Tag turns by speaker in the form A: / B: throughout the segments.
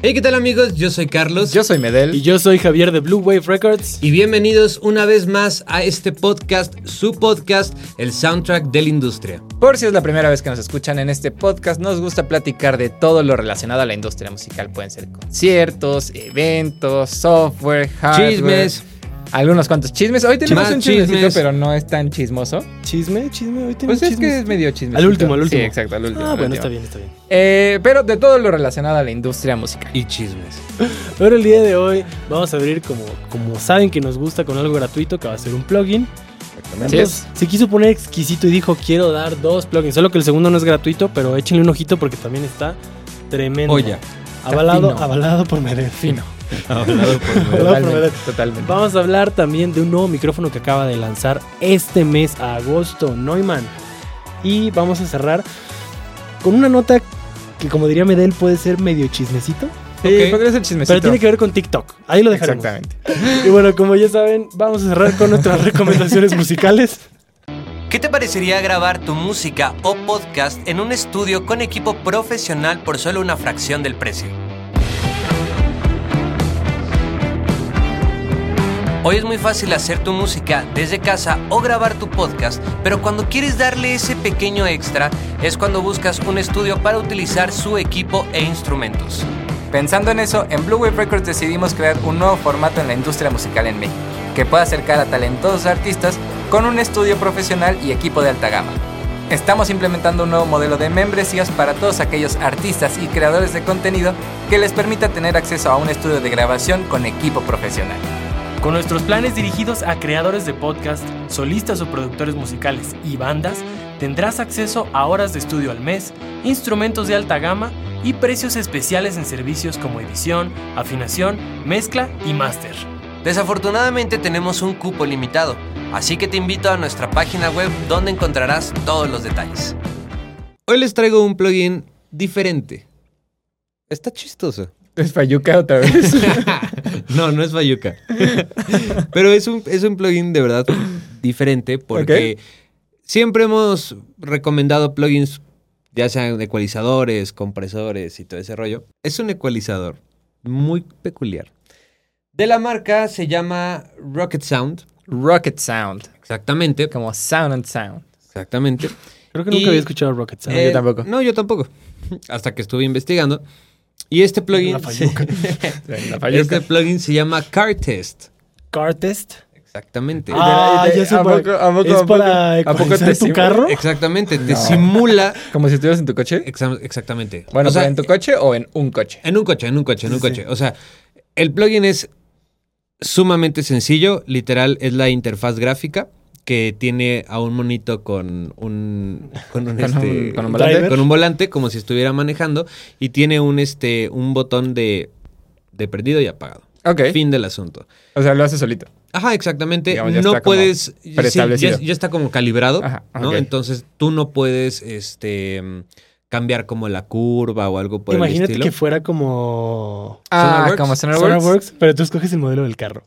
A: Hey, ¿qué tal amigos? Yo soy Carlos.
B: Yo soy Medel.
C: Y yo soy Javier de Blue Wave Records.
A: Y bienvenidos una vez más a este podcast, su podcast, el soundtrack de la industria.
B: Por si es la primera vez que nos escuchan en este podcast, nos gusta platicar de todo lo relacionado a la industria musical. Pueden ser conciertos, eventos, software, hardware.
A: Chismes.
B: Algunos cuantos chismes. Hoy tenemos
A: Más
B: un chismecito,
A: chismes.
B: pero no es tan chismoso.
C: ¿Chisme? ¿Chisme? Hoy tenemos
B: Pues es que
C: chismes.
B: es medio chisme.
C: Al último, al último.
B: Sí, exacto, al último.
C: Ah,
B: al último.
C: bueno, está bien, está bien.
B: Eh, pero de todo lo relacionado a la industria musical.
A: Y chismes.
C: Pero el día de hoy vamos a abrir, como, como saben que nos gusta, con algo gratuito que va a ser un plugin.
B: Así
C: Entonces,
B: es.
C: se quiso poner exquisito y dijo, quiero dar dos plugins. Solo que el segundo no es gratuito, pero échenle un ojito porque también está tremendo.
A: Oye,
C: Avalado,
B: fino.
C: avalado por Medel.
B: Fino.
C: Avalado por
B: Totalmente.
C: Medel.
B: totalmente.
C: Vamos a hablar también de un nuevo micrófono que acaba de lanzar este mes, a agosto, Neumann. Y vamos a cerrar con una nota que, como diría Medel, puede ser medio chismecito,
B: Sí,
A: Ok.
B: podría ser chismecito.
C: eh, pero tiene que ver con TikTok. Ahí lo dejaremos.
B: Exactamente.
C: Y bueno, como ya saben, vamos a cerrar con nuestras recomendaciones musicales.
A: ¿Qué te parecería grabar tu música o podcast en un estudio con equipo profesional por solo una fracción del precio? Hoy es muy fácil hacer tu música desde casa o grabar tu podcast, pero cuando quieres darle ese pequeño extra es cuando buscas un estudio para utilizar su equipo e instrumentos.
D: Pensando en eso, en Blue Wave Records decidimos crear un nuevo formato en la industria musical en México, que pueda acercar a talentosos artistas con un estudio profesional y equipo de alta gama. Estamos implementando un nuevo modelo de membresías para todos aquellos artistas y creadores de contenido que les permita tener acceso a un estudio de grabación con equipo profesional.
E: Con nuestros planes dirigidos a creadores de podcast, solistas o productores musicales y bandas, tendrás acceso a horas de estudio al mes, instrumentos de alta gama y precios especiales en servicios como edición, afinación, mezcla y máster.
A: Desafortunadamente tenemos un cupo limitado, así que te invito a nuestra página web donde encontrarás todos los detalles. Hoy les traigo un plugin diferente. Está chistoso.
B: Es Fayuca otra vez.
A: no, no es Bayuca. Pero es un, es un plugin de verdad diferente porque siempre hemos recomendado plugins, ya sean ecualizadores, compresores y todo ese rollo. Es un ecualizador muy peculiar. De la marca se llama Rocket Sound.
B: Rocket Sound.
A: Exactamente.
B: Como Sound and Sound.
A: Exactamente.
C: Creo que nunca
A: Y-
C: había escuchado Rocket Sound.
A: Eh,
B: tampoco.
A: No, yo tampoco. Hasta que estuve investigando. Y este plugin.
C: La falluca.
B: La
A: este plugin se llama Car Test.
C: Car Test.
A: Exactamente.
C: Ah,
B: de-
C: ya sé
B: ¿a
C: para-
B: poco- a poco-
C: ¿Es
B: a poco-
C: para
B: a poco te
C: ecualizar tu
B: sirve?
C: carro?
A: Exactamente. Te simula.
B: Como si estuvieras en tu coche.
A: Exa- Exactamente.
B: Bueno,
A: Eh, O sea, eh,
B: pero en tu coche o en un coche.
A: En un coche, en un coche, en un
C: Sí,
A: coche. O sea, el plugin es sumamente sencillo. Literal, es la interfaz gráfica que tiene a un monito con un con un,
B: Con un-
A: este,
B: con un volante.
A: driver, con un volante, como si estuviera manejando y tiene un este un botón de de prendido y apagado
B: Ok.
A: fin del asunto
B: O sea, lo haces solito.
A: ajá exactamente
B: Digamos, ya
A: no
B: está como
A: puedes sí,
B: preestablecido.
A: ya, ya está como calibrado
B: Ajá,
A: no
B: ok.
A: entonces tú no puedes este cambiar como la curva o algo por el
C: Imagínate
A: estilo
C: que fuera como
B: Ah,
A: Sonarworks.
B: como Sonarworks.
C: Sonarworks, pero tú escoges el modelo del carro.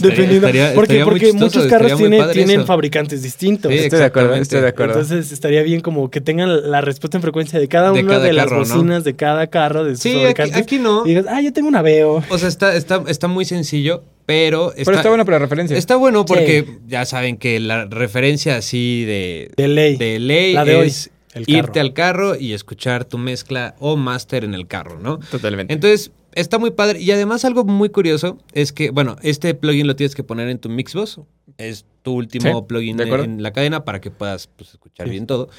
C: Dependiendo.
A: estaría-
C: porque
A: estaría muy
C: porque
A: chistoso,
C: muchos
A: estaría
C: carros
A: muy
C: tienen,
A: padre
C: tienen
A: eso.
C: fabricantes distintos.
A: Sí,
B: Estoy de acuerdo,
A: exactamente.
B: estoy de acuerdo.
C: Entonces estaría bien como que tengan la respuesta en frecuencia de cada
A: De
C: una
A: cada
C: de las
A: carro, ¿no?
C: bocinas de cada carro de sus
A: Sí, aquí,
C: fabricantes.
A: aquí no.
C: Y digas, ah, yo tengo una Veo.
A: O sea, está, está, está muy sencillo, pero está,
B: Pero está bueno para referencia.
A: Está bueno porque
C: Sí.
A: ya saben que la referencia así de,
C: De ley.
A: de ley
C: La de hoy,
A: es
C: el carro.
A: irte al carro y escuchar tu mezcla o máster en el carro, ¿no?
B: Totalmente.
A: Entonces, está muy padre. Y además, algo muy curioso es que, bueno, este plugin lo tienes que poner en tu Mixbox. Es tu último
B: Sí,
A: plugin
B: de acuerdo.
A: en la cadena para que puedas pues, escuchar
C: Sí.
A: bien todo.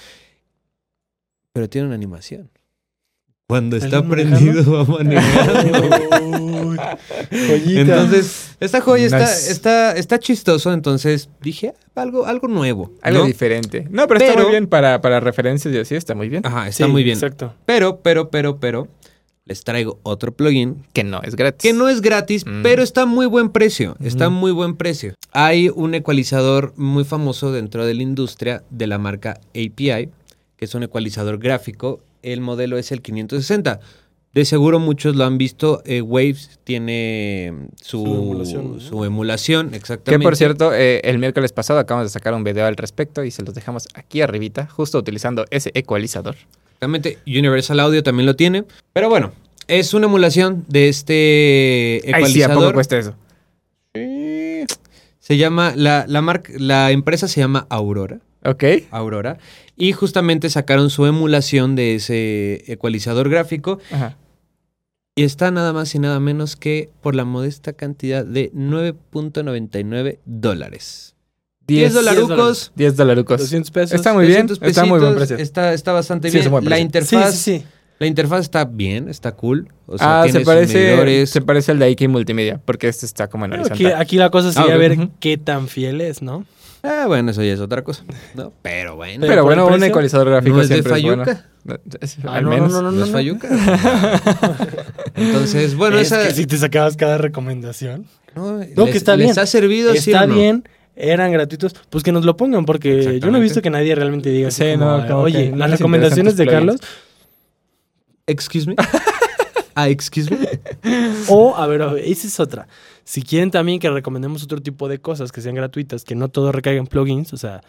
A: Pero tiene una animación. Cuando
C: ¿Estás
A: está
C: manejando?
A: prendido va manejando.
C: Uy, joyita.
A: Entonces, esta joya está,
B: Nice.
A: está, está chistoso, entonces dije "Ah, algo, algo nuevo.
B: Algo
A: ¿no?
B: diferente. No, pero, Ah, está
A: Pero-
B: muy bien para, para referencias y así, está muy bien.
A: Ajá, está
C: Sí,
A: muy bien.
C: Exacto.
A: Pero, pero, pero, pero, les traigo otro plugin
B: Que no es gratis.
A: que no es gratis,
B: Mm.
A: pero está a muy buen precio. Está a muy buen precio. Hay un ecualizador muy famoso dentro de la industria de la marca API, que es un ecualizador gráfico. El modelo es el 560. De seguro muchos lo han visto. eh, Waves tiene mm, su,
C: Su emulación, ¿no?
A: su emulación,
B: Que
A: exactamente.
B: por cierto, eh, el miércoles pasado acabamos de sacar un video al respecto y se los dejamos aquí arribita, justo utilizando ese ecualizador.
A: Exactamente. Universal Audio también lo tiene. Pero bueno, Es una emulación de este
B: Ay, sí, ¿a poco
A: ecualizador.
B: cuesta eso?
A: se llama, la, la, marca- la empresa se llama Aurora.
B: Ok.
A: Aurora. Y justamente sacaron su emulación de ese ecualizador gráfico.
B: Ajá.
A: Y está nada más y nada menos que por la modesta cantidad de 9.99 dólares. 10 dolarucos.
B: 10 dolarucos.
C: 200 pesos.
B: Pues, Está muy bien.
A: 300
B: Está muy buen
A: pesitos,
B: precio.
A: Está, está bastante
B: Sí, es
A: bien.
B: un buen
A: La
B: precio.
C: Sí,
A: interfaz,
C: sí, sí.
A: la interfaz está bien, está cool. O sea,
B: ah,
A: tiene
B: se
A: sus
B: parece,
A: medidores.
B: se parece al de IK Multimedia, porque este está como en
C: Pero Aquí,
B: horizontal.
C: aquí la cosa sería
A: Ah, ok.
C: ver
B: Ujú.
C: qué tan fiel es, ¿no?
A: Ah, bueno, eso ya es otra cosa. ¿no? Pero bueno.
B: Pero
C: ¿por
B: bueno,
C: el
B: un
C: precio?
B: ecualizador gráfico
A: ¿No es de
B: siempre es bueno.
A: Fayuca?
B: No, es-
C: Ah,
B: al
C: no,
B: menos.
C: no, no, no,
A: ¿No es Fayuca? Entonces, bueno,
C: es
A: esa.
C: que si te sacabas cada recomendación.
A: No,
C: No,
A: les-
C: que está
A: les
C: bien.
A: ha servido, sí
C: Está
A: o no?
C: bien, eran gratuitos. Pues que nos lo pongan, porque yo no he
B: Exactamente.
C: visto que nadie realmente diga así
B: Sí,
C: como,
B: no, como que
C: Oye,
B: no
C: las
B: les
C: recomendaciones de
B: interesan tus
C: Carlos.
B: plugins".
A: Excuse me. Ah, excuse me.
C: O, a ver, a ver, esa es otra. Si quieren también que recomendemos otro tipo de cosas que sean gratuitas, que no todo recaiga en plugins, o sea,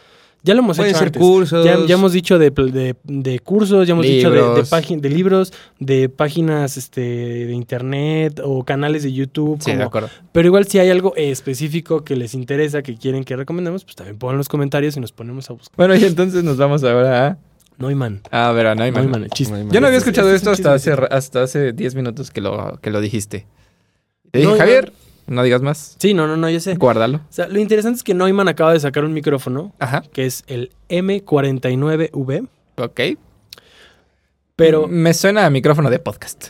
C: ya lo hemos
A: Pueden
C: Pues hecho
A: ser
C: antes.
A: cursos.
C: Ya, ya hemos dicho de, pl- de- de cursos, ya hemos dicho de, de,
B: Libros.
C: págin- de libros, de páginas este, de internet o canales de YouTube.
B: Sí, de
C: como-
B: acuerdo.
C: pero igual si hay algo específico que les interesa, que quieren que recomendemos, pues también pongan los comentarios y nos ponemos a buscar.
B: Bueno, y entonces nos vamos ahora
C: Neumann.
B: a, a ver a Neumann.
C: Neumann, el chiste.
B: Yo no había
C: Este-
B: escuchado esto
C: este es un
B: hasta hace,
C: chismecito.
B: ra- hasta hace 10 minutos que lo, que lo dijiste. Te dije,
C: No, yo-
B: Javier, no digas más.
C: Sí, no, no, no, yo sé. O
B: Guárdalo.
C: sea, lo interesante es que Neumann acaba de sacar un micrófono
B: Ajá.
C: que es el M49V,
B: Ok. Mm,
C: pero
B: Me suena a micrófono de podcast.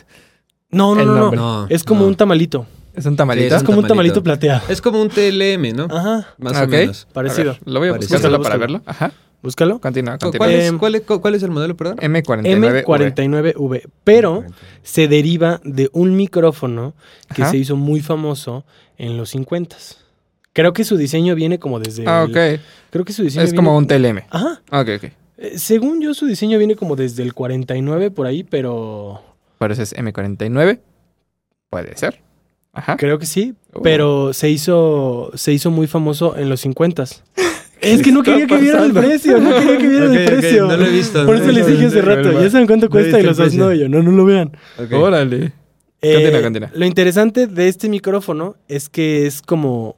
C: no, no,
B: El
C: no, no,
B: nombre.
A: No,
C: Es como
A: no.
C: un tamalito,
B: ¿Es un tamalito?
A: Sí,
C: es como un
A: tamalito.
C: tamalito plateado.
A: Es como un TLM, ¿no?
C: Ajá,
A: Más
B: Ok.
A: o menos.
C: parecido.
B: A ver, lo voy a buscar
A: Parecido.
B: solo
C: Búscalo,
B: para
C: búscalo.
B: verlo. Ajá.
C: Búscalo.
B: Continúa,
A: ¿Cu-
B: continúa.
A: ¿Cuál es,
C: Em,
A: cuál es- cuál es el modelo, perdón?
B: M49.
C: M49V, pero se deriva de un micrófono que
B: Ajá.
C: se hizo muy famoso en los 50 Creo que su diseño viene como desde
B: Ah,
C: el-
B: ok.
C: Creo que su diseño
B: Es
C: viene-
B: como un TLM.
C: Ajá.
B: Ok, ok.
C: Eh, Según yo su diseño viene como desde el 49 por ahí, pero
B: Pero ese es M49. Puede ser. Ajá.
C: Creo que sí,
B: Uh.
C: pero se hizo, se hizo muy famoso en los 50. Es que no
B: está
C: quería que vieran el
B: pasando?
C: precio, no quería que vieran
A: Ok,
C: el
A: ok,
C: precio.
A: no lo he visto.
C: Por eso
A: No,
C: les
A: no,
C: dije
A: no,
C: hace
A: no,
C: rato,
A: no,
C: ya saben cuánto
A: no
C: cuesta y
A: viste
C: los
A: el
C: dos no,
A: precio.
C: y yo no, no lo vean.
A: Ok.
B: Órale.
C: Eh,
B: Continúa, continúa.
C: Lo interesante de este micrófono es que es como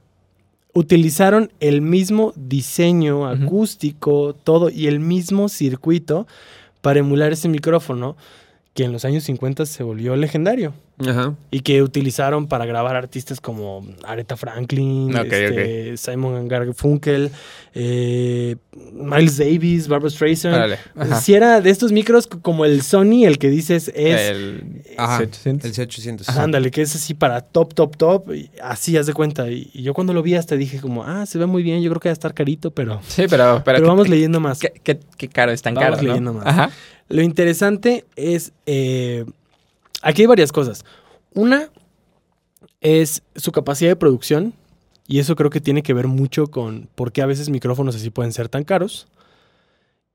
C: utilizaron el mismo diseño
B: Ujú.
C: acústico, todo y el mismo circuito para emular ese micrófono que en los años 50 se volvió legendario
A: Ajá.
C: y que utilizaron para grabar artistas como Aretha Franklin,
B: Ok,
C: este, Simon and Garfunkel, eh, Miles Davis, Barbra Streisand.
B: Órale. Ajá.
C: Si era de estos micros c- como el Sony, el que dices es...
B: El
A: Ajá.
B: C800.
A: El C800.
C: Ajá, Ándale, que es así para top, top, top. y así, haz de cuenta. Y, y yo cuando lo vi hasta dije como, ah, se ve muy bien, yo creo que va a estar carito, pero...
B: Sí, pero, pero,
C: Pero,
B: ¿qué-
C: vamos leyendo más.
B: ¿qué, qué, qué caro es tan
C: Vamos
B: caro. ¿no?
C: leyendo más.
B: Ajá.
C: Lo interesante es. eh, aquí hay varias cosas. Una es su capacidad de producción. Y eso creo que tiene que ver mucho con por qué a veces micrófonos así pueden ser tan caros.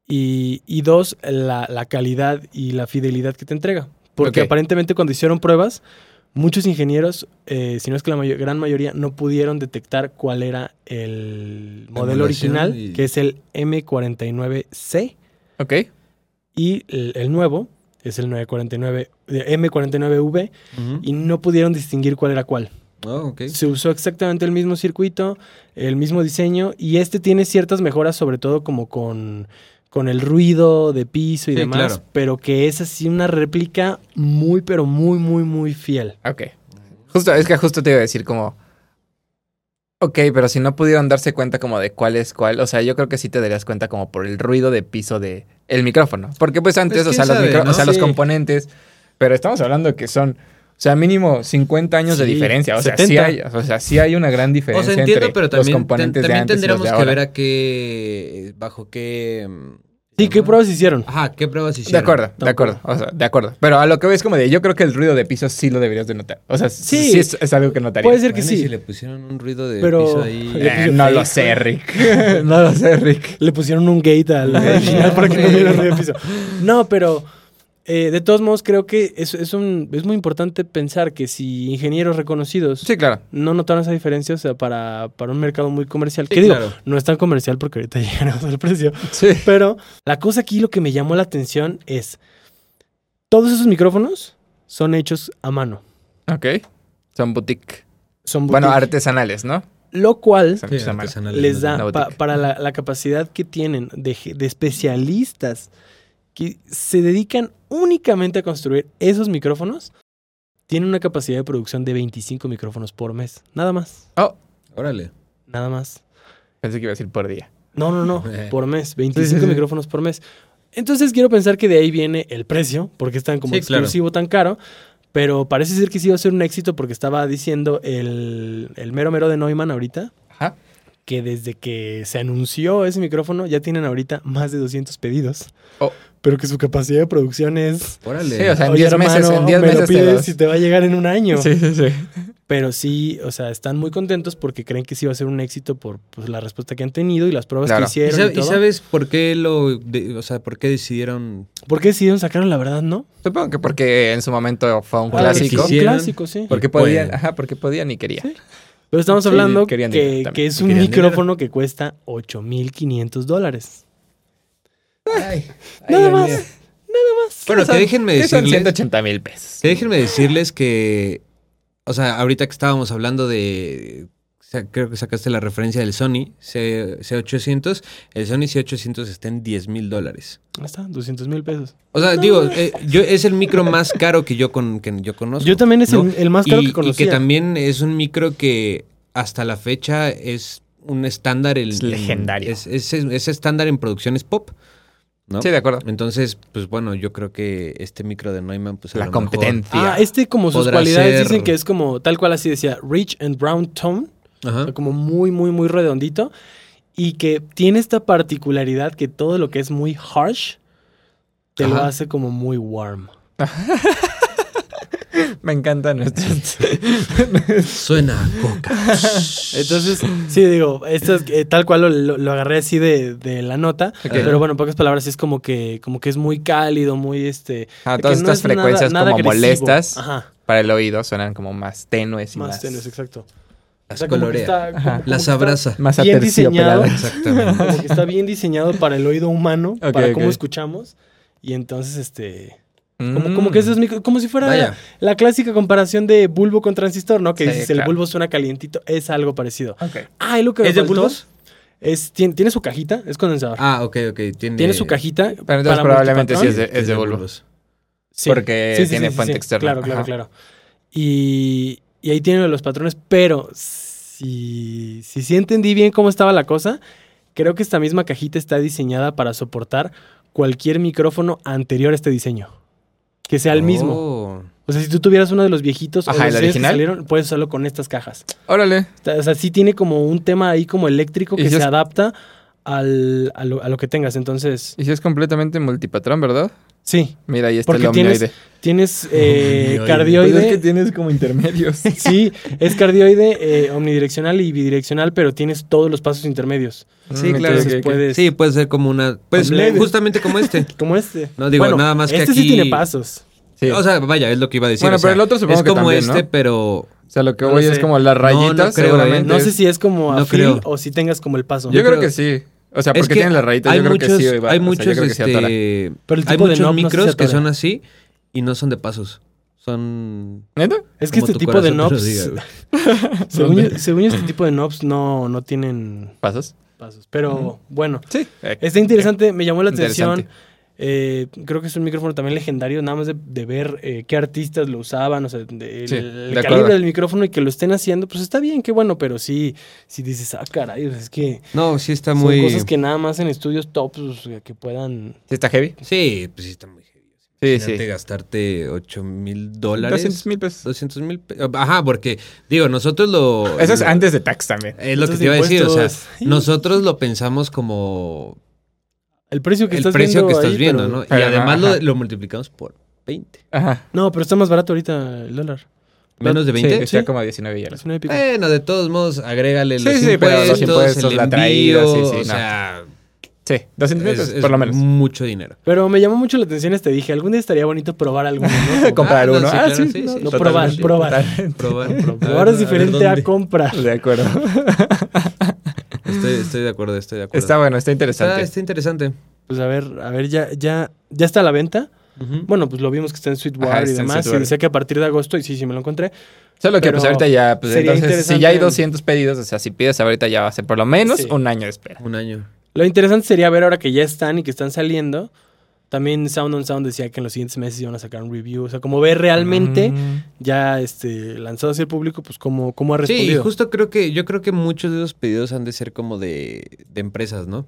C: Y, y dos, la, la calidad y la fidelidad que te entrega. Porque
B: Ok.
C: aparentemente cuando hicieron pruebas, muchos ingenieros, eh, si no es que la mayo- gran mayoría, no pudieron detectar cuál era el modelo
A: Emulación
C: original,
A: y-
C: que es el M49C.
B: Ok.
C: Y el, el nuevo es el 949, eh, M49V
A: Ujú.
C: y no pudieron distinguir cuál era cuál.
A: Ah, ok.
C: Se usó exactamente el mismo circuito, el mismo diseño y este tiene ciertas mejoras sobre todo como con, con el ruido de piso y
A: Sí,
C: demás,
A: claro.
C: pero que es así una réplica muy pero muy muy muy fiel.
B: Ok. Justo, es que justo te iba a decir como... Ok, pero si no pudieron darse cuenta como de cuál es cuál, o sea, yo creo que sí te darías cuenta como por el ruido de piso de el micrófono. Porque pues antes,
A: Pues,
B: o,
A: quién
B: sea, los
A: sabe,
B: micro-
A: ¿no?
B: o sea, los
A: Sí.
B: componentes, pero estamos hablando que son, o sea, mínimo 50 años de
C: Sí,
B: diferencia. O sea, sí
C: 70.
B: hay, o sea, sí hay una gran
A: O
B: diferencia
A: sea, entiendo,
B: entre
A: pero
B: los
A: también,
B: componentes
A: ten-
B: de
A: también
B: antes y los
A: tendríamos
B: de
A: que
B: ahora.
A: ver a qué. eh, bajo qué. mm,
C: Sí, ¿qué pruebas hicieron?
A: Ajá, qué pruebas
B: De
A: hicieron.
B: acuerdo, de acuerdo, o sea, de acuerdo. Pero a lo que ves como de, yo creo que el ruido de piso sí lo deberías de notar. O sea, sí, Pues,
C: Sí.
B: es, es algo que notaría.
C: Puede ser que
A: Bueno, y
C: sí.
A: Si le pusieron un ruido de
C: Pero-
A: piso ahí.
C: Le
B: Eh,
C: puse
B: no
C: fake,
B: lo sé, Rick. no lo sé, Rick.
C: Le pusieron un gate al original para que no hubiera ruido de piso. No, pero eh, de todos modos creo que es, es, un, es muy importante pensar que si ingenieros reconocidos
B: Sí, claro.
C: no notaron esa diferencia, o sea, para, para un mercado muy comercial,
A: Sí,
C: que digo,
A: claro.
C: no es tan comercial porque ahorita llegamos al precio,
B: Sí.
C: pero la cosa aquí lo que me llamó la atención es, todos esos micrófonos son hechos a mano.
B: Ok. Son boutique.
C: Son
B: Bueno,
C: boutique,
B: artesanales, ¿no?
C: lo cual
B: Son
A: Sí,
B: hechos a mano.
A: artesanales,
C: les
A: ¿no?
B: Una
C: da pa-
B: boutique.
C: para la, la capacidad que tienen de, ge- de especialistas que se dedican únicamente a construir esos micrófonos, tienen una capacidad de producción de 25 micrófonos por mes. Nada más,
A: Órale.
C: nada más.
B: Pensé que iba a decir por día.
C: No, no, no,
A: Eh.
C: por mes, 25
B: sí.
C: micrófonos por mes. Entonces quiero pensar que de ahí viene el precio, porque es tan como
A: Sí, claro.
C: exclusivo, tan caro, pero parece ser que sí iba a ser un éxito porque estaba diciendo el, el mero mero de Neumann ahorita,
B: Ajá.
C: que desde que se anunció ese micrófono ya tienen ahorita más de 200 pedidos,
B: Oh.
C: pero que su capacidad de producción es...
A: Órale.
B: Sí, o sea, en
C: "Oye,
B: 10 meses,
C: hermano,
B: en 10
C: me lo
B: meses te
C: pides
B: das.
C: y te va a llegar en un año.
B: Sí, sí, sí.
C: Pero sí, o sea, están muy contentos porque creen que sí va a ser un éxito por pues, la respuesta que han tenido y las pruebas
B: Claro.
A: ¿Y,
C: que hicieron. y
A: sab- y
C: todo.
A: sabes por qué lo, de- o sea, por qué decidieron?
C: ¿Por qué decidieron sacarlo? La verdad, no.
B: Supongo que porque en su momento fue Pues. un
A: Ah,
B: clásico.
A: sí, sí.
C: Un
A: quisieran.
C: clásico, sí.
B: Porque
A: Y pueden.
B: podían, ajá, porque podían y quería.
C: Sí. Pero estamos
B: Sí,
C: hablando
B: querían dinero
C: que,
B: también.
C: que es
A: Y
C: un
A: querían
C: micrófono que cuesta 8.500 dólares.
B: Ay,
C: Nada
B: Dios
C: más.
B: mío.
A: Bueno,
B: son-
A: que déjenme
B: ¿Qué son
A: decirles
B: 180 mil pesos.
A: Que déjenme decirles que, o sea, ahorita que estábamos hablando de, o sea, creo que sacaste la referencia del Sony C, 800 el Sony C800 está en 10 mil dólares.
C: Ahí está, 200 mil pesos.
A: O sea, digo, eh, yo, es el micro más caro que yo, con, que yo conozco.
C: Yo también es
A: ¿no?
C: el, el más caro
A: y,
C: que
A: y
C: conocía.
A: también es un micro que hasta la fecha es un estándar. en-
B: Es legendario.
A: Es, es- es estándar en producciones pop. ¿no?
B: Sí, de acuerdo.
A: Entonces, pues bueno, yo creo que este micro de Neumann, pues a
B: La
A: lo mejor-
B: competencia.
C: Ah, este como sus
A: Podrá
C: cualidades
A: ser-
C: dicen que es como, tal cual así decía, rich and brown tone.
A: Ajá.
C: O sea, como muy, muy, muy redondito. Y que tiene esta particularidad que todo lo que es muy harsh te lo
A: Ajá.
C: hace como muy warm.
B: Me encantan estos.
A: Suena a coca.
C: Entonces, sí, digo, esto es, eh, tal cual lo, lo- lo agarré así de, de la nota.
B: Ok.
C: Pero bueno, en pocas palabras, sí es como que, como que es muy cálido, muy este.
B: Ah,
C: que
B: todas
C: no
B: estas
C: es nada-
B: frecuencias
C: nada
B: como
C: agresivo.
B: molestas
C: Ajá,
B: para el oído suenan como más tenues y más,
C: más tenues, exacto. O
A: Las
C: sea, como que
A: colorea.
C: está- como-
B: Ajá.
C: como que
A: Las
C: está-
A: abraza.
B: más
C: Bien diseñado.
B: aterciopeladas.
A: Exactamente.
C: Como que está bien diseñado para el oído humano,
B: Ok,
C: para cómo
B: ok.
C: escuchamos. Y entonces, este.
B: Mm.
C: Como, como que eso es micro- como si fuera
A: Vaya.
C: la clásica comparación de bulbo con transistor, ¿no? Que
B: Sí,
C: dices, el
B: claro.
C: bulbo suena calientito, es algo parecido.
B: Ok.
C: Ah, y lo que me
A: ¿Es de
C: faltó
A: bulbos?
C: es- tiene, tiene su cajita, es condensador.
A: Ah, ok, ok. Tiene,
C: tiene su cajita.
B: Pero entonces probablemente sí
C: multipatrón.
B: es de, es de bulbo.
C: Sí.
B: porque tiene fuente externa.
C: Claro, claro,
B: Ajá.
C: claro. Y, y ahí tiene los patrones, pero si, si sí entendí bien cómo estaba la cosa, creo que esta misma cajita está diseñada para soportar cualquier micrófono anterior a este diseño. Que sea el mismo.
A: Oh.
C: O sea, si tú tuvieras uno de los viejitos o
B: Ajá,
C: los
B: ¿el
C: diseños que
B: original?
C: salieron, puedes usarlo con estas cajas.
B: Órale.
C: O sea, sí tiene como un tema ahí como eléctrico
B: Y si
C: que se
B: es-
C: adapta al, a, lo, a lo que tengas. Entonces,
B: Y si es completamente multipatrón, ¿verdad?
C: sí,
B: Mira, ahí está
C: Porque
B: el
C: tienes-
B: omnioide.
C: tienes eh,
A: Omnioide.
C: cardioide.
B: Pues es que tienes como intermedios.
C: Sí, es cardioide eh, omnidireccional y bidireccional, pero tienes todos los pasos intermedios.
B: Sí, claro,
C: Mm, Entonces
B: ok, ok.
C: puedes.
A: Sí, puede ser como una. Pues
C: Leve.
A: justamente como este.
C: Como este.
A: No, digo, nada más que
C: este sí
A: aquí-
C: tiene pasos.
B: Sí.
A: O sea, vaya, es lo que iba a decir.
B: Bueno,
A: o sea,
B: pero el otro supongo
A: Es
B: que
A: como
B: también, ¿no?
A: este, pero.
B: O sea, lo que
C: No
B: voy
C: lo
B: es
C: sé.
B: como las
A: No, no
B: rayitas,
A: creo, ¿eh?
B: seguramente.
C: No sé si es como a
A: No
C: fil
A: creo.
C: o si tengas como el paso.
B: Yo
A: Yo
B: creo
A: creo-
B: que sí. O sea,
A: es
B: porque tienen las rayitas,
A: hay
B: yo creo
A: muchos,
B: que sí. va-
A: hay
B: o sea,
A: muchos,
B: yo creo que sí atora.
A: este,
C: Pero el
A: hay
C: tipo de
A: muchos
C: knob no sé
A: micros
C: si
A: que
C: atora.
A: son así y no son de pasos. Son.
B: ¿Neta?
C: es que
A: como
C: este
A: tu
C: tipo de
A: corazón te lo
C: knobs.
A: diga, güey.
C: Según yo, según yo, este tipo de knobs no, no tienen
B: ¿Pasos?
C: pasos. Pero bueno,
B: Sí.
C: está interesante, me llamó la atención.
B: Interesante.
C: Eh, creo que es un micrófono también legendario, nada más de, de ver eh, qué artistas lo usaban, o sea, de- el,
B: Sí,
C: el
B: de acuerdo.
C: calibre del micrófono y que lo estén haciendo, pues está bien, qué bueno, pero sí, si dices, ah, caray, o sea, es que
A: No, sí está
C: son
A: muy.
C: cosas que nada más en estudios top pues, que puedan...
B: ¿Sí está heavy?
A: Sí, pues sí está muy heavy.
B: Sí,
A: Imagínate
B: sí.
A: gastarte 8 mil
B: 200
A: dólares.
B: mil pesos.
A: 200 mil. Ajá, porque, digo, nosotros lo.
B: Eso es
A: lo-
B: antes de tax también.
A: Es lo que
C: Esos
A: te iba a decir, o sea,
C: impuestos.
A: nosotros lo pensamos como
C: El precio que
A: el
C: estás
A: precio
C: viendo
A: que estás
C: ahí,
A: viendo,
C: pero-
A: ¿no? Y
B: Ajá,
A: además
B: ajá.
A: lo, lo multiplicamos por 20.
B: Ajá.
C: No, pero está más barato ahorita el dólar.
A: Menos de
B: Sí,
A: 20.
B: está
C: Sí.
B: como a 19 ya.
C: Es una épica.
A: Bueno, de todos modos, agrégale
B: Sí,
A: los,
B: sí, pero
A: impuestos,
B: los impuestos,
A: el
B: la
A: envío,
B: traída, sí, sí,
A: o
B: no.
A: sea,
B: Sí, 200 mil
A: es,
B: pesos,
A: es
B: por lo menos.
A: mucho dinero.
C: Pero me llamó mucho la atención este, dije, algún día estaría bonito probar alguno, ¿no? Como-
B: Comprar
A: Ah, no,
B: uno.
A: sí,
B: ah,
A: claro,
B: sí,
A: sí, sí.
C: No, probar,
A: Totalmente.
C: probar.
B: Totalmente.
A: Probar, probar.
C: Ahora es
A: A ver
C: diferente a,
A: dónde.
C: comprar.
B: De acuerdo.
A: Estoy, estoy de acuerdo, estoy de acuerdo.
B: Está bueno, está
A: Está-
B: interesante.
A: está interesante.
C: Pues a ver, a ver, ya, ya, ya está a la venta.
A: Ujú.
C: Bueno, pues lo vimos que está en Sweetwater
B: Ajá,
C: y
B: está en
C: demás. Y
B: Sweetwater.
C: decía que a partir de agosto, y sí, sí me lo encontré.
B: Solo que
C: Pero
B: pues ahorita ya, pues
C: sería
B: entonces, si ya
C: interesante-
B: hay 200 pedidos, o sea, si pides ahorita ya va a ser por lo menos
C: Sí.
B: un año de espera.
A: Un año.
C: Lo interesante sería ver ahora que ya están y que están saliendo. También Sound on Sound decía que en los siguientes meses iban a sacar un review. O sea, como ver realmente
B: Mm.
C: ya este, lanzado hacia el público, pues cómo, cómo ha
A: Sí, y
C: respondido.
A: justo creo que, yo creo que muchos de esos pedidos han de ser como de, de empresas, ¿no?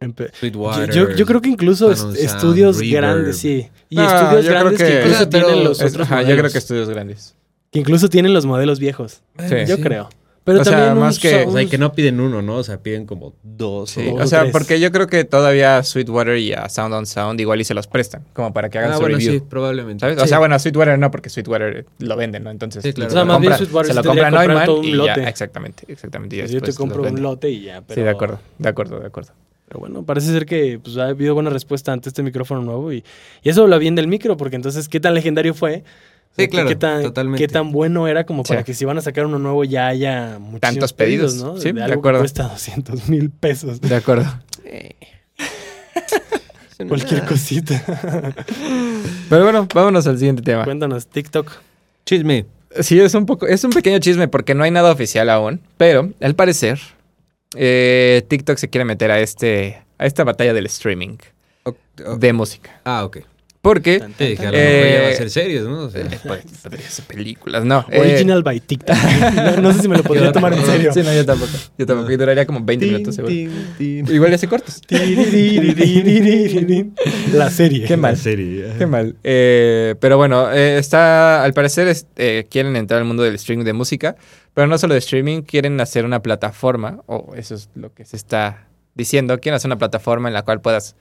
C: Empe-
A: Sweetwater.
C: Yo, yo creo que incluso est-
A: Sound on Sound,
C: estudios
A: Reverb.
C: grandes, sí. Y
B: No,
C: estudios
B: yo creo
C: grandes que,
B: que-
C: incluso
A: O sea, pero
C: tienen los
B: Es-
C: otros
B: ajá, yo
C: modelos.
B: creo que estudios grandes.
C: Que incluso tienen los modelos viejos.
B: Sí.
C: Yo creo. Pero
B: O sea,
C: también un
B: más que-
C: sound-
A: O sea, y que no piden uno, ¿no? O sea, piden como dos.
B: Sí, Ah,
A: o-
C: Dos
B: o sea,
C: tres.
B: porque yo creo que todavía a Sweetwater y a Sound on Sound igual y se los prestan, como para que hagan
A: Ah,
B: su
A: bueno,
B: review.
A: sí, probablemente.
B: ¿Sabes?
A: Sí.
B: O sea, bueno, a Sweetwater no, porque Sweetwater lo venden, ¿no? Entonces,
A: Sí, claro.
B: se
A: O sea,
B: lo
A: más
C: bien
B: compra-
C: Sweetwater
B: se
C: sí
B: lo
C: tendría que
B: compran
C: comprar
B: Neumann
C: todo un
B: y
C: lote.
B: ya, exactamente, exactamente. y
C: pues yo
B: después
C: te
B: los
C: compro un
B: venden.
C: lote y ya. Pero,
B: Sí, de acuerdo, de acuerdo, de acuerdo.
C: Pero bueno, parece ser que pues, ha habido buena respuesta ante este micrófono nuevo y, y eso habla bien del micro, porque entonces, ¿qué tan legendario fue? O sea,
A: Sí, claro,
C: ¿qué tan,
A: totalmente.
C: ¿Qué tan bueno era como para
B: Sí.
C: que si van a sacar uno nuevo ya haya muchísimos
B: Tantos pedidos,
C: ¿no?
B: sí, de
C: algo que
B: acuerdo.
C: cuesta 200 mil pesos.
B: De acuerdo.
C: Cualquier cosita.
B: Pero bueno, vámonos al siguiente tema.
C: Cuéntanos, TikTok.
A: Chisme.
B: Sí, es un poco, es un pequeño chisme porque no hay nada oficial aún, pero al parecer eh, TikTok se quiere meter a este, a esta batalla del streaming
A: O- o-
B: de música,
A: Ah, ok.
B: porque
A: Te dije, a lo
B: Eh,
A: mejor ya va a ser serios, ¿no? O sea,
B: eh, pues, podría ser películas, no. eh,
C: Original by TikTok. No, no sé si me lo podría tomar en serio. Ah.
B: Sí, no, yo tampoco. Yo tampoco. Y duraría como 20 minutos seguro. Igual ya se cortos.
C: La serie.
B: Qué mal. Qué mal. Eh, pero bueno, eh, está. Al parecer es- eh, quieren entrar al mundo del streaming de música, pero no solo de streaming, quieren hacer una plataforma, o eso es lo que se está diciendo. Quieren hacer una plataforma en la cual puedas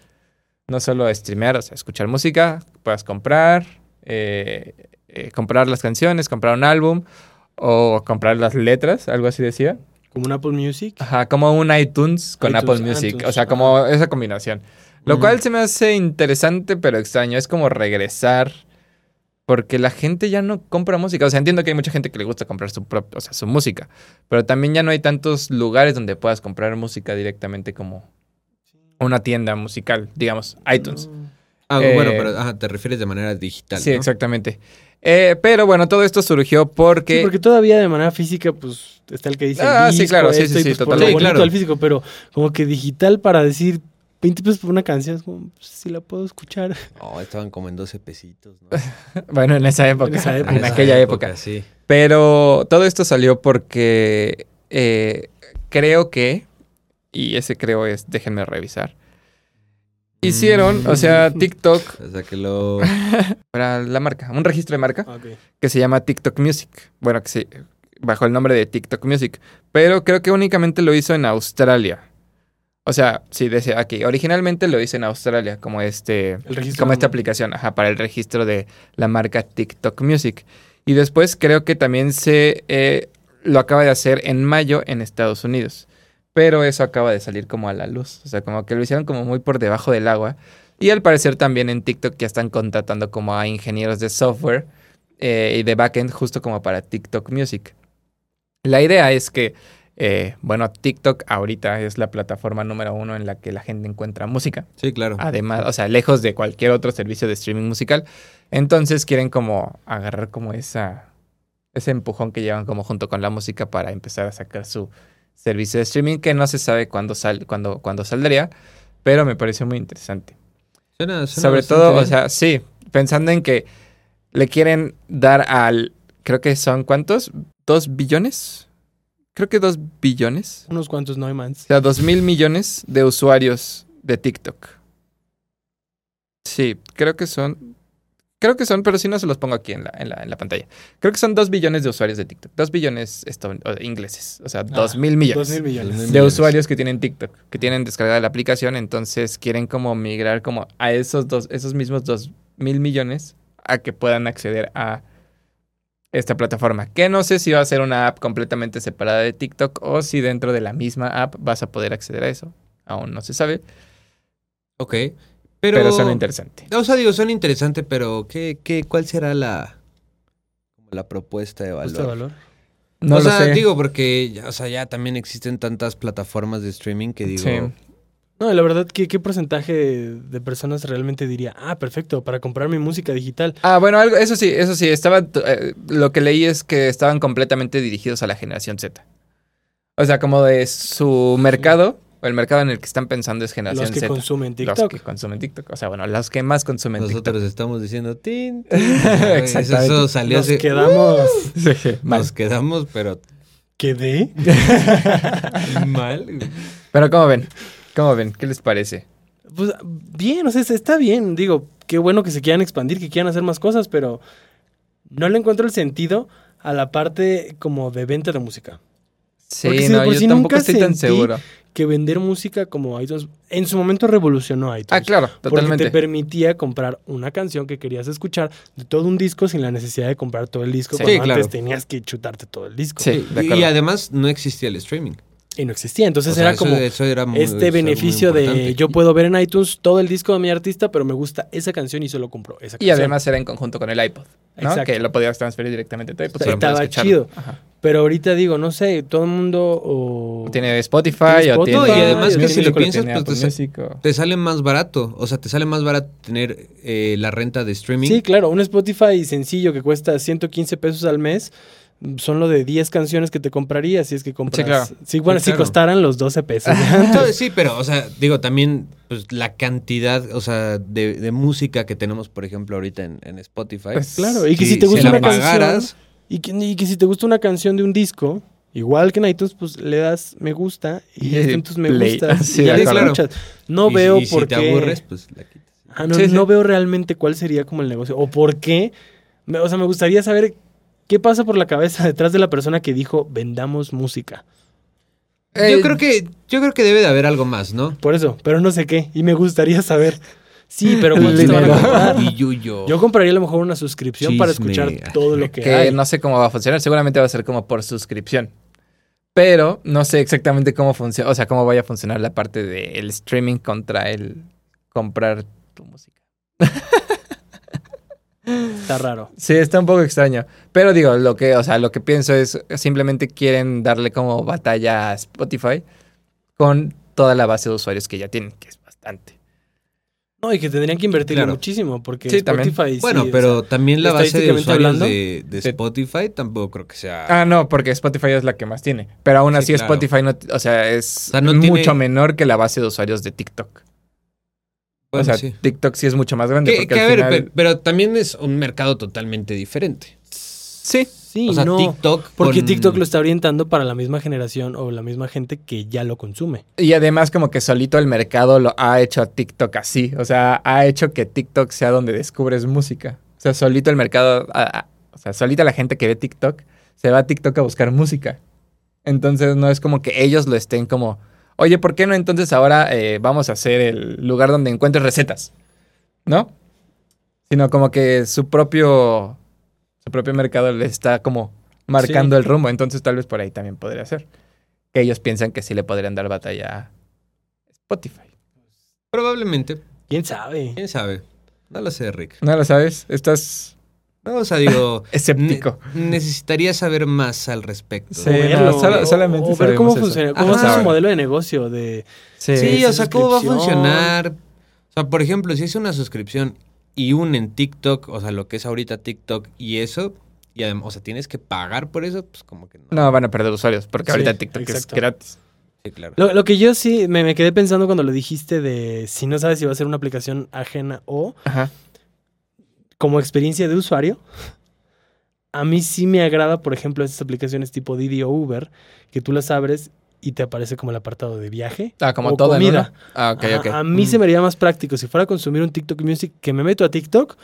B: no solo streamear, o sea, escuchar música, puedas comprar, eh, eh, comprar las canciones, comprar un álbum o comprar las letras, algo así decía.
C: Como un Apple Music.
B: Ajá, como un iTunes con
C: iTunes, ah,
B: Apple Music.
C: iTunes,
B: O sea, como esa combinación. Lo cual se me hace interesante, pero extraño. Es como regresar. Porque la gente ya no compra música. O sea, entiendo que hay mucha gente que le gusta comprar su propia, o sea, su música. Pero también ya no hay tantos lugares donde puedas comprar música directamente como una tienda musical, digamos, iTunes.
C: Mm,
A: Ah,
B: Eh,
A: bueno, pero ajá, te refieres de manera digital.
B: sí,
A: ¿no?
B: exactamente. Eh, pero bueno, todo esto surgió porque.
C: Sí, porque todavía de manera física, pues está el que dice.
B: Ah, sí,
C: disco,
B: claro, sí,
C: esto,
B: sí,
C: y,
B: sí,
C: pues, por
B: totalmente.
C: lo
A: Sí,
C: bonito
A: claro.
C: al físico, pero como que digital para decir 20 pesos por una canción, es como, pues, si la puedo escuchar.
A: No, estaban como en 12 pesitos, ¿no?
B: Bueno, en esa época.
C: En esa
A: Ah,
C: época.
B: en aquella época.
A: Sí.
B: Pero todo esto salió porque eh, creo que, y ese creo es, déjenme revisar, hicieron, o sea, TikTok,
A: O sea que lo.
B: para la marca, un registro de marca
C: Ok.
B: que se llama TikTok Music. Bueno, que se, bajo el nombre de TikTok Music. Pero creo que únicamente lo hizo en Australia. O sea, sí, decía aquí, originalmente lo hizo en Australia, como este
C: El registro.
B: como esta
C: ¿no?
B: aplicación, ajá, para el registro de la marca TikTok Music. Y después creo que también se eh, lo acaba de hacer en mayo en Estados Unidos. Pero eso acaba de salir como a la luz. O sea, como que lo hicieron como muy por debajo del agua. Y al parecer también en TikTok ya están contratando como a ingenieros de software eh, y de backend justo como para TikTok Music. La idea es que, eh, bueno, TikTok ahorita es la plataforma número uno en la que la gente encuentra música.
A: Sí, claro.
B: Además, o sea, lejos de cualquier otro servicio de streaming musical. Entonces quieren como agarrar como esa ese empujón que llevan como junto con la música para empezar a sacar su servicio de streaming que no se sabe cuándo sal cuándo cuándo saldría, pero me pareció muy interesante.
A: Suena- suena
B: Sobre
A: bastante
B: todo, o
A: bien.
B: sea, sí, pensando en que le quieren dar al creo que son cuántos? ¿Dos billones? Creo que dos billones.
C: Unos cuantos Neumanns.
B: O sea, 2 mil millones de usuarios de TikTok. Sí, creo que son. Creo que son, pero si no se los pongo aquí en la, en la, en la pantalla. Creo que son 2 billones de usuarios de TikTok. 2 billones esto- o- ingleses. O sea, 2 mil millones
C: 2 mil millones.
B: de
A: millones.
B: usuarios que tienen TikTok, que tienen descargada la aplicación. Entonces quieren como migrar como a esos, dos, esos mismos 2 mil millones a que puedan acceder a esta plataforma. Que no sé si va a ser una app completamente separada de TikTok o si dentro de la misma app vas a poder acceder a eso. Aún no se sabe,
A: Ok.
B: pero,
A: Pero.
B: suena interesante.
A: O sea, digo, suena interesante, pero ¿qué, qué, ¿cuál será la, la propuesta de
C: Justo
A: valor?
C: valor.
B: No
A: o
B: lo
A: sea,
B: sé.
A: digo, porque ya, o sea, ya también existen tantas plataformas de streaming que digo.
B: Sí.
C: No, y la verdad, que ¿qué porcentaje de personas realmente diría, ah, perfecto, para comprar mi música digital?
B: Ah, bueno, algo, eso sí, eso sí, estaba, eh, lo que leí es que estaban completamente dirigidos a la generación Z. O sea, como de su mercado, o el mercado en el que están pensando es generación
C: Los que
B: Z.
C: consumen
B: Los
C: TikTok.
B: que consumen TikTok. O sea, bueno, los que más consumen
A: Nosotros estamos diciendo tin, tin. Eso,
B: Exactamente.
A: eso salió
C: Nos
A: así.
C: quedamos.
B: TikTok. Sí, mal.
A: Nos quedamos, pero
C: ¿Quedé?
A: mal. güey.
B: Pero ¿cómo ven? ¿Cómo ven? ¿Qué les parece?
C: Pues bien, o sea, se- está bien. Digo, qué bueno que se quieran expandir, que quieran hacer más cosas, pero no le encuentro el sentido a la parte como de venta de música.
B: Sí,
C: Porque si de
B: no,
C: por
B: yo
C: sí
B: tampoco
C: nunca
B: estoy tan
C: sentí-
B: seguro.
C: Que vender música como iTunes en su momento revolucionó iTunes.
B: Ah, claro,
C: Porque
B: totalmente.
C: te permitía comprar una canción que querías escuchar de todo un disco sin la necesidad de comprar todo el disco.
B: Sí,
C: cuando
A: claro.
C: antes tenías que chutarte todo el disco.
B: Sí, de
A: Y,
B: acuerdo.
A: además no existía el streaming.
C: Y no existía. Entonces
A: O sea,
C: era
A: eso-
C: como
A: eso era muy- eso
C: este
A: era muy
C: beneficio de
A: importante.
C: yo puedo ver en iTunes todo el disco de mi artista, pero me gusta esa canción y solo compro esa
B: Y
C: canción.
B: además era en conjunto con el iPod, ¿no?
C: Exacto.
B: Que lo podías transferir directamente a tu iPod.
C: Está-
B: solo para
C: estaba
B: escucharlo.
C: chido.
B: Ajá.
C: Pero ahorita digo, no sé, todo el mundo o...
B: Tiene Spotify
C: Tiene
B: o
C: Spotify,
A: No,
B: tiene...
A: y además
B: o
A: que
B: tiene
A: si lo
B: Apple,
A: piensas,
B: tiene
A: pues,
B: Apple
A: te-
B: Music o-
A: Te sale más barato. O sea, te sale más barato tener eh, la renta de streaming.
C: Sí, claro, un Spotify sencillo que cuesta 115 pesos al mes mm, son lo de 10 canciones que te comprarías si es que compras.
B: claro.
C: Sí, bueno,
A: Sí,
C: si
A: claro.
C: costaran los 12 pesos.
A: Entonces, sí, pero, o sea, digo, también pues, la cantidad, o sea, de, de música que tenemos, por ejemplo, ahorita en, en Spotify.
B: Pues,
C: claro, y que si te gusta
A: la
C: una canción-
A: pagaras,
C: y, que, y que si te gusta una canción de un disco, igual que en iTunes, pues le das me gusta y
B: Y
C: ya están tus me
B: play.
C: gustas.
B: Sí,
C: y ya
A: de
C: la
A: acuerdo.
C: escuchas. No
A: y-
C: veo
A: y si
C: por
A: te
C: qué-
A: aburres, pues la quitas.
C: Ah, no,
B: Sí, sí.
C: no veo realmente cuál sería como el negocio o por qué. Me- O sea, me gustaría saber qué pasa por la cabeza detrás de la persona que dijo vendamos música.
B: Eh,
A: yo creo que yo creo que debe de haber algo más, ¿no?
C: Por eso, pero no sé qué y me gustaría saber. Sí, pero
B: El
C: ¿cuánto te van a
B: dinero.
C: cobrar?
A: Y Yuyo.
C: Yo compraría a lo mejor una suscripción para
A: Chisme.
C: escuchar todo lo que,
B: que
C: hay.
B: no sé cómo va a funcionar. Seguramente va a ser como por suscripción. Pero no sé exactamente cómo funciona, o sea, cómo vaya a funcionar la parte del streaming contra el comprar tu música.
C: Está raro.
B: Sí, está un poco extraño. Pero digo, lo que, o sea, lo que pienso es simplemente quieren darle como batalla a Spotify con toda la base de usuarios que ya tienen, que es bastante.
C: No, y que tendrían que invertirle
A: Claro.
C: muchísimo porque
B: Sí, también.
C: Spotify sí,
A: bueno,
C: o
A: pero también la base de
C: estadísticamente
A: usuarios
C: hablando,
A: de, de
B: te-
A: Spotify tampoco creo que sea.
B: Ah, no, porque Spotify es la que más tiene. Pero aún
A: Sí,
B: así
A: claro.
B: Spotify no, o sea, es
A: sea, no
B: mucho
A: tiene-
B: menor que la base de usuarios de TikTok.
A: bueno,
B: o sea,
A: sí.
B: TikTok sí es mucho más grande.
A: Que,
B: porque
A: que a
B: al
A: ver,
B: final-
A: pe- pero también es un mercado totalmente diferente.
C: sea,
B: Sí.
C: sí,
A: o sea,
C: no.
A: TikTok.
C: porque
A: con-
C: TikTok lo está orientando para la misma generación o la misma gente que ya lo consume.
B: Y además como que solito el mercado lo ha hecho a TikTok así. O sea, ha hecho que TikTok sea donde descubres música. O sea, solito el mercado, a- a- o sea, solita la gente que ve TikTok se va a TikTok a buscar música. Entonces no es como que ellos lo estén como, oye, ¿por qué no entonces ahora eh, vamos a hacer el lugar donde encuentres recetas? ¿No? Sino como que su propio, su propio mercado le está como marcando
C: Sí.
B: el rumbo. Entonces tal vez por ahí también podría ser. Que ellos piensan que sí le podrían dar batalla a Spotify.
A: Probablemente.
C: ¿Quién sabe?
A: ¿Quién sabe? No lo sé, Rick.
B: ¿No lo sabes? Estás
A: No, o sea, digo.
B: escéptico.
A: ne- necesitaría saber más al respecto.
B: Sí, no, solo-
C: o-
B: solamente
C: o ver cómo
B: sabemos eso.
C: funciona, cómo
A: Ajá.
C: es su
A: Saben.
C: modelo de negocio de
A: Sí,
C: Esa
A: o sea, ¿cómo va a
C: suscripción.
A: funcionar? O sea, por ejemplo, si es una suscripción y unen TikTok, o sea, lo que es ahorita TikTok y eso, y además, o sea, tienes que pagar por eso, pues como que no.
B: No, van a perder usuarios porque
C: Sí,
B: ahorita TikTok
C: exacto.
B: es gratis.
A: Sí, claro.
C: Lo, lo que yo sí me, me quedé pensando cuando lo dijiste de si no sabes si va a ser una aplicación ajena o
B: Ajá.
C: como experiencia de usuario. A mí sí me agrada, por ejemplo, esas aplicaciones tipo Didi o Uber, que tú las abres y te aparece como el apartado de viaje.
B: Ah, como
C: o
B: todo en
C: comida.
B: uno. Ah, ok,
C: Ajá,
B: ok.
C: A, mí
B: Mm.
C: se me haría más práctico si fuera a consumir un TikTok Music, que me meto a TikTok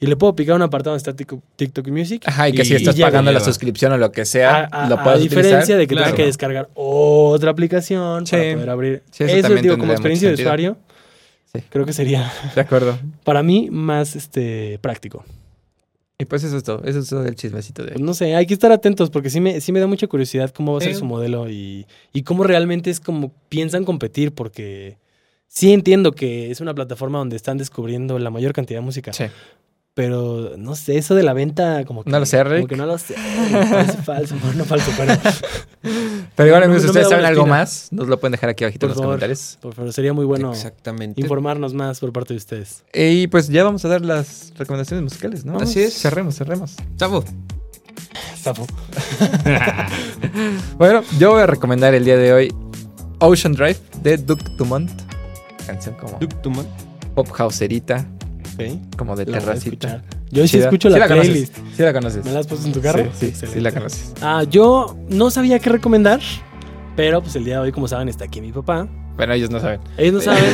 C: y le puedo picar un apartado donde está Tik- TikTok Music.
B: Ajá, y que si
A: Y-
B: estás
C: y lleva,
B: pagando la
A: lleva.
B: suscripción o lo que sea,
C: A, a-
B: lo
C: a
B: puedes
C: diferencia
B: utilizar.
C: de que tengas
A: Claro.
C: que descargar otra aplicación
B: Sí.
C: para poder abrir.
B: Sí, eso
C: eso
B: también
C: digo, como
B: tendría
C: experiencia de
B: mucho sentido.
C: usuario,
B: Sí.
C: creo que sería
B: De acuerdo.
C: para mí más este práctico.
B: Y pues eso es todo. Eso es todo el chismecito de
C: Pues no sé, hay que estar atentos porque sí me, sí me da mucha curiosidad cómo va a ser
A: Sí.
C: su modelo y, y cómo realmente es como piensan competir, porque sí entiendo que es una plataforma donde están descubriendo la mayor cantidad de música,
B: Sí.
C: Pero no sé, eso de la venta como que...
B: No lo sé,
C: Como
B: Rick.
C: que no lo sé. Parece falso, no, no falso, pero...
B: Pero igual,
C: No,
B: amigos,
C: no me
B: ustedes
C: da
B: saben
C: buena
B: algo
C: espina.
B: más, nos lo pueden dejar aquí abajito en
C: Por
B: los
C: favor,
B: comentarios.
C: por favor, sería muy bueno
A: Exactamente.
C: informarnos más por parte de ustedes.
B: Y pues ya vamos a dar las recomendaciones musicales, ¿no?
A: Así es.
B: Cerremos, cerremos.
A: Sabo,
C: Sapo.
B: Bueno, yo voy a recomendar el día de hoy Ocean Drive de Duke Dumont. Canción como
A: Duke Dumont.
B: pop houseerita,
C: Ok.
B: como de
C: La voy a
B: terracita.
C: escuchar. Yo sí
B: Chida.
C: escucho la
B: conoces,
C: playlist.
B: Sí la conoces.
C: ¿Me la has puesto en tu carro?
B: Sí, sí,
C: Excelente.
B: sí la conoces.
C: Ah, yo no sabía qué recomendar, pero pues el día de hoy, como saben, está aquí mi papá.
B: Bueno, ellos no saben.
C: Ellos no saben,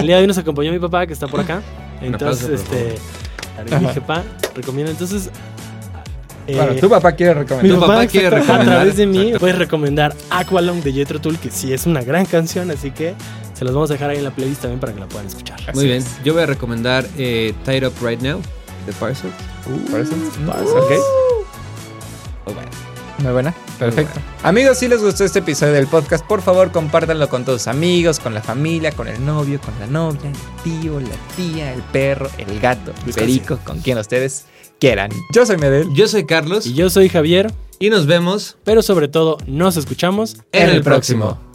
C: el día de hoy nos acompañó mi papá que está por acá.
A: Un aplauso,
C: Entonces,
A: por
C: este, a mi papá recomienda. Entonces, eh,
B: bueno, tu papá quiere
C: mi
B: recomendar.
A: tu
C: papá,
A: papá quiere
C: exacto,
A: recomendar.
C: A través de mí
A: Exacto.
C: puedes recomendar Aqualung de Jethro Tull, que sí es una gran canción, así que se las vamos a dejar ahí en la playlist también para que la puedan escuchar.
A: Muy bien. Yo voy a recomendar eh, Tied Up Right Now de Parsons.
B: Por eso. Ok. Pues
A: Oh, bueno.
B: Muy buena. Perfecto. Amigos, si les gustó este episodio del podcast, por favor, compártanlo con todos sus amigos, con la familia, con el novio, con la novia, el tío, la tía, el perro, el gato, el perico, con quien ustedes quieran. Yo soy Medel.
A: Yo soy Carlos
C: Y yo soy Javier,
A: y nos vemos
C: pero sobre todo nos escuchamos
A: en el próximo.